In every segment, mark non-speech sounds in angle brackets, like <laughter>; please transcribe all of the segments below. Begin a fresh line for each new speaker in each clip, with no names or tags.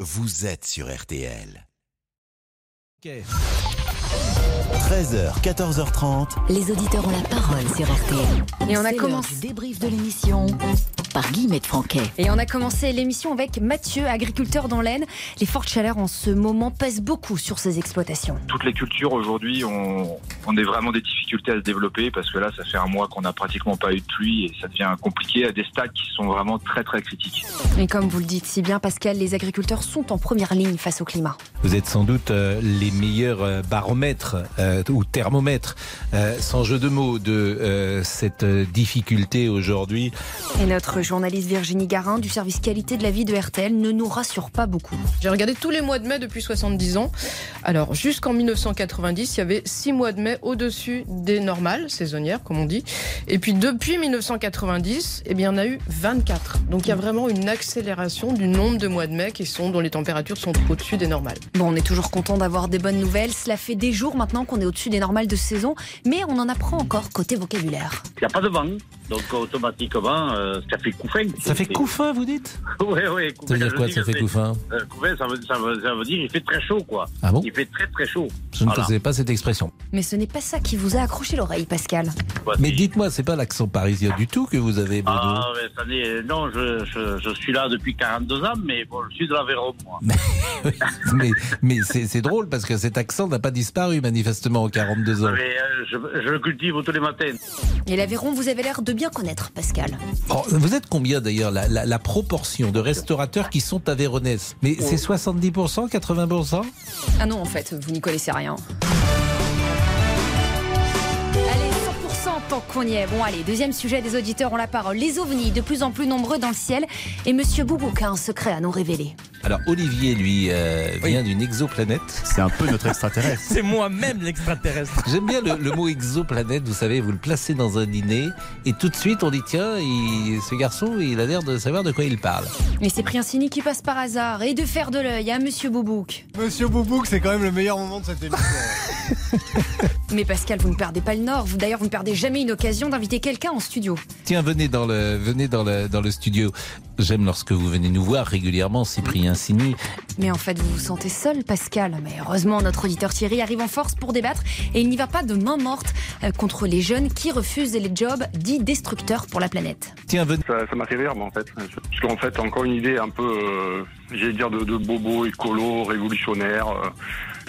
vous êtes sur RTL. 13h, 14h30.
Les auditeurs ont la parole sur RTL.
Et on a
C'est l'heure
commencé-
du débrief de l'émission par Guillemette Franquet.
Et on a commencé l'émission avec Mathieu, agriculteur dans l'Aisne. Les fortes chaleurs en ce moment pèsent beaucoup sur ces exploitations.
toutes les cultures aujourd'hui ont, ont des, vraiment des difficultés à se développer parce que là, ça fait un mois qu'on n'a pratiquement pas eu de pluie et ça devient compliqué à des stades qui sont vraiment très très critiques.
Et comme vous le dites si bien, Pascal, les agriculteurs sont en première ligne face au climat.
Vous êtes sans doute euh, les meilleurs euh, baromètres euh, ou thermomètres, euh, sans jeu de mots, de euh, cette euh, difficulté aujourd'hui.
Et notre journaliste Virginie Garin du service qualité de la vie de RTL ne nous rassure pas beaucoup.
J'ai regardé tous les mois de mai depuis 70 ans. Alors, jusqu'en 1990, il y avait 6 mois de mai au-dessus des normales, saisonnières, comme on dit. Et puis, depuis 1990, eh bien, il y en a eu 24. Donc, il y a vraiment une accélération du nombre de mois de mai qui sont, dont les températures sont au-dessus des normales.
Bon, on est toujours content d'avoir des bonnes nouvelles. Cela fait des jours maintenant qu'on est au-dessus des normales de saison, mais on en apprend encore côté vocabulaire.
Il n'y a pas de vent, donc automatiquement, euh, ça fait couffin.
Ça fait couffin, vous dites
Oui, oui. couffin,
Ça veut dire
je
quoi,
dis
ça
que
fait
c'est-
couffin
euh, couffin, ça veut, ça veut- ça veut dire il fait très chaud, quoi.
Ah bon
Il fait très très chaud.
Je ne
Voilà.
connaissais pas cette expression.
Mais ce n'est pas ça qui vous a accroché l'oreille, Pascal.
Quoi,
Mais
c'est-
dites-moi, c'est pas l'accent parisien du tout que vous avez, Bruno
Ah, ouais, ça n'est- non, je, je, je suis là depuis 42 ans, mais bon, je suis de l'Aveyron, moi.
Mais, mais c'est c'est drôle parce que cet accent n'a pas disparu manifestement en 42 ans.
Mais euh, je, je le cultive tous les matins.
Et l'Aveyron, vous avez l'air de bien connaître, Pascal.
Oh, vous êtes combien d'ailleurs la, la- la proportion de restaurateurs qui sont aveyronais Mais
Oh.
c'est 70%, 80%
Ah non, en fait, vous n'y connaissez rien. Allez, 100% tant qu'on y est. Bon, allez, deuxième sujet des auditeurs ont la parole. Les ovnis, de plus en plus nombreux dans le ciel. Et Monsieur Boubouk a un secret à nous révéler.
Alors Olivier, lui, euh, vient d'une exoplanète.
C'est un peu notre extraterrestre.
C'est moi-même l'extraterrestre.
J'aime bien le, le mot exoplanète, vous savez, vous le placez dans un dîner et tout de suite on dit tiens, il- ce garçon, il a l'air de savoir de quoi il parle.
Mais c'est Priancini qui passe par hasard. Et de faire de l'œil à Monsieur Boubouk.
Monsieur Boubouk, c'est quand même le meilleur moment de cette émission.
<laughs> Mais Pascal, vous ne perdez pas le Nord. Vous D'ailleurs, vous ne perdez jamais une occasion d'inviter quelqu'un en studio.
Tiens, venez dans le, venez dans le, dans le studio. J'aime lorsque vous venez nous voir régulièrement, Cyprien Sini.
Mais en fait, vous vous sentez seul, Pascal. Mais heureusement, notre auditeur Thierry arrive en force pour débattre et il n'y va pas de main morte euh, contre les jeunes qui refusent les jobs dits destructeurs pour la planète.
Tiens, venez.
Ça, ça m'arrive, moi, en fait. Parce qu'en fait, encore une idée un peu, euh, j'allais dire, de, de bobo, écolo, révolutionnaire. euh,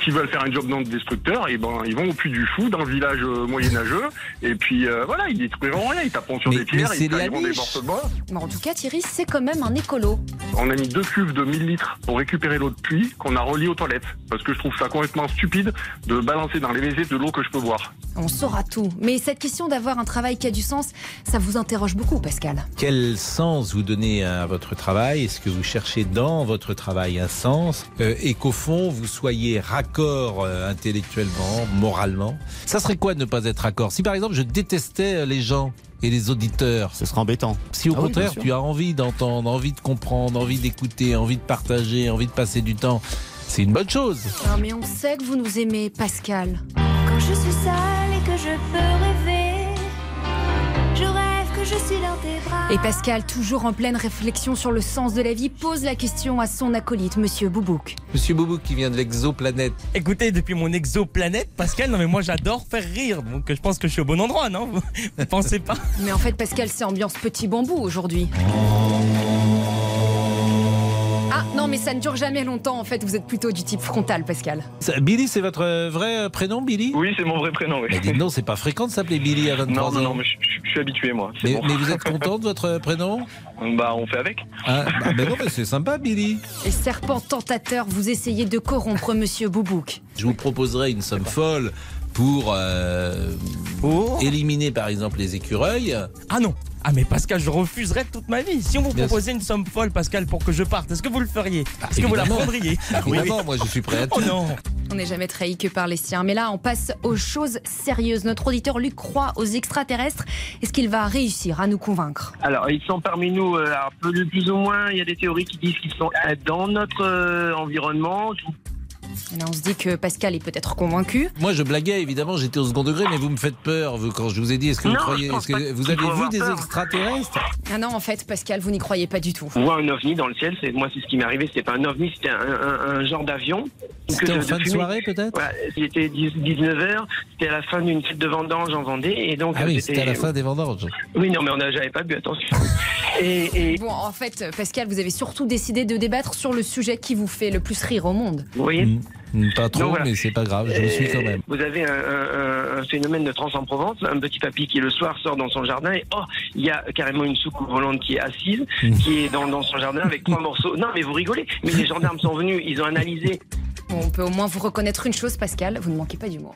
qui veulent faire un job non destructeur, et ben ils vont au puits du fou dans le village euh, moyenâgeux, et puis euh, voilà, ils détruiront rien, ils taperont sur
Mais-
des pierres,
mais c'est
ils tailleront
la
des
niche.
morceaux de bois.
Bon, en tout cas, Thierry, c'est quand même un écolo.
On a mis deux cuves de 1000 litres pour récupérer l'eau de pluie qu'on a reliée aux toilettes, parce que je trouve ça complètement stupide de balancer dans les WC de l'eau que je peux boire.
On saura tout. Mais cette question d'avoir un travail qui a du sens, ça vous interroge beaucoup, Pascal.
Quel sens vous donnez à votre travail Est-ce que vous cherchez dans votre travail un sens Euh, Et qu'au fond, vous soyez raccord euh, intellectuellement, moralement Ça serait quoi de ne pas être raccord Si par exemple, je détestais euh, les gens et les auditeurs,
Ce sera embêtant.
si au
Ah oui, bien
contraire,
sûr.
tu as envie d'entendre, envie de comprendre, envie d'écouter, envie de partager, envie de passer du temps, c'est une bonne chose.
Ah, mais on sait que vous nous aimez, Pascal.
Quand je suis seule et que je peux rêver, je rêve que je suis dans tes bras.
Et Pascal, toujours en pleine réflexion sur le sens de la vie, pose la question à son acolyte, Monsieur Boubouk.
Monsieur Boubou qui vient de l'exoplanète,
Écoutez, depuis mon exoplanète, Pascal, non mais moi j'adore faire rire, donc je pense que je suis au bon endroit, non Vous vous pensez pas
Mais en fait, Pascal, c'est ambiance petit bambou aujourd'hui. Ah non, mais ça ne dure jamais longtemps. En fait, vous êtes plutôt du type frontal, Pascal.
Ça- Billy, c'est votre euh, vrai euh, prénom, Billy
Oui, c'est mon vrai prénom, oui.
Mais dites non, c'est pas fréquent de s'appeler Billy à 23
Non, non,
ans.
non, mais je, je- je suis habitué, moi. C'est
Mais,
bon.
mais vous êtes content de votre euh, prénom
Bah, on fait avec.
ah, bah, bah non, mais c'est sympa, Billy.
Et serpent tentateur, vous essayez de corrompre Monsieur Boubouk.
Je vous proposerai une somme folle pour euh, éliminer, par exemple, les écureuils.
Ah non Ah mais Pascal, je refuserais toute ma vie. Si on vous
Bien Ah,
proposait une somme folle, Pascal, pour que je parte, est-ce que vous le feriez Est-ce que vous la
évidemment. Ah,
prendriez Oui, oui.
Bah, Évidemment, moi, je suis prêt à tout.
Oh non
On n'est jamais trahi que par les siens. Mais là, on passe aux choses sérieuses. Notre auditeur lui croit aux extraterrestres. Est-ce qu'il va réussir à nous convaincre
Alors, ils sont parmi nous, euh, alors, plus, plus ou moins, il y a des théories qui disent qu'ils sont euh, dans notre euh, environnement, qui
Et là, Eh on se dit que Pascal est peut-être convaincu.
Moi, je blaguais, évidemment, j'étais au second degré, mais vous me faites peur vous, quand je vous ai dit, est-ce que vous
Non,
croyez,
je pense
est-ce
pas
que vous
qu'il
avez
faut
vu
avoir
des
peur.
extraterrestres
Ah non, en fait, Pascal, vous n'y croyez pas du tout.
Voir un ovni dans le ciel, c'est moi c'est ce qui m'est arrivé. C'était pas un ovni, c'était un, un- un genre d'avion.
C'était
Que
en fin de
fumée.
soirée, peut-être
Ouais, C'était 19h. C'était à la fin d'une fête de vendange en Vendée et donc.
Ah oui,
euh,
c'était à la fin des vendanges.
Oui, non, mais on n'a- j'avais pas
<laughs>
bu. Attention. Et, et-
Bon, en fait, Pascal, vous avez surtout décidé de débattre sur le sujet qui vous fait le plus rire au monde.
vous voyez.
Mm, Pas trop,
Donc, voilà.
mais c'est pas grave, je me suis quand
Euh,
même.
Vous avez un, un- un- un phénomène de trans en Provence, un petit papy qui le soir sort dans son jardin et oh, il y a carrément une soucoupe volante qui est assise,
Mhm.
qui est dans, dans son jardin avec trois morceaux. Non, mais vous rigolez, mais les gendarmes sont venus, ils ont analysé.
Bon, on peut au moins vous reconnaître une chose, Pascal, vous ne manquez pas d'humour.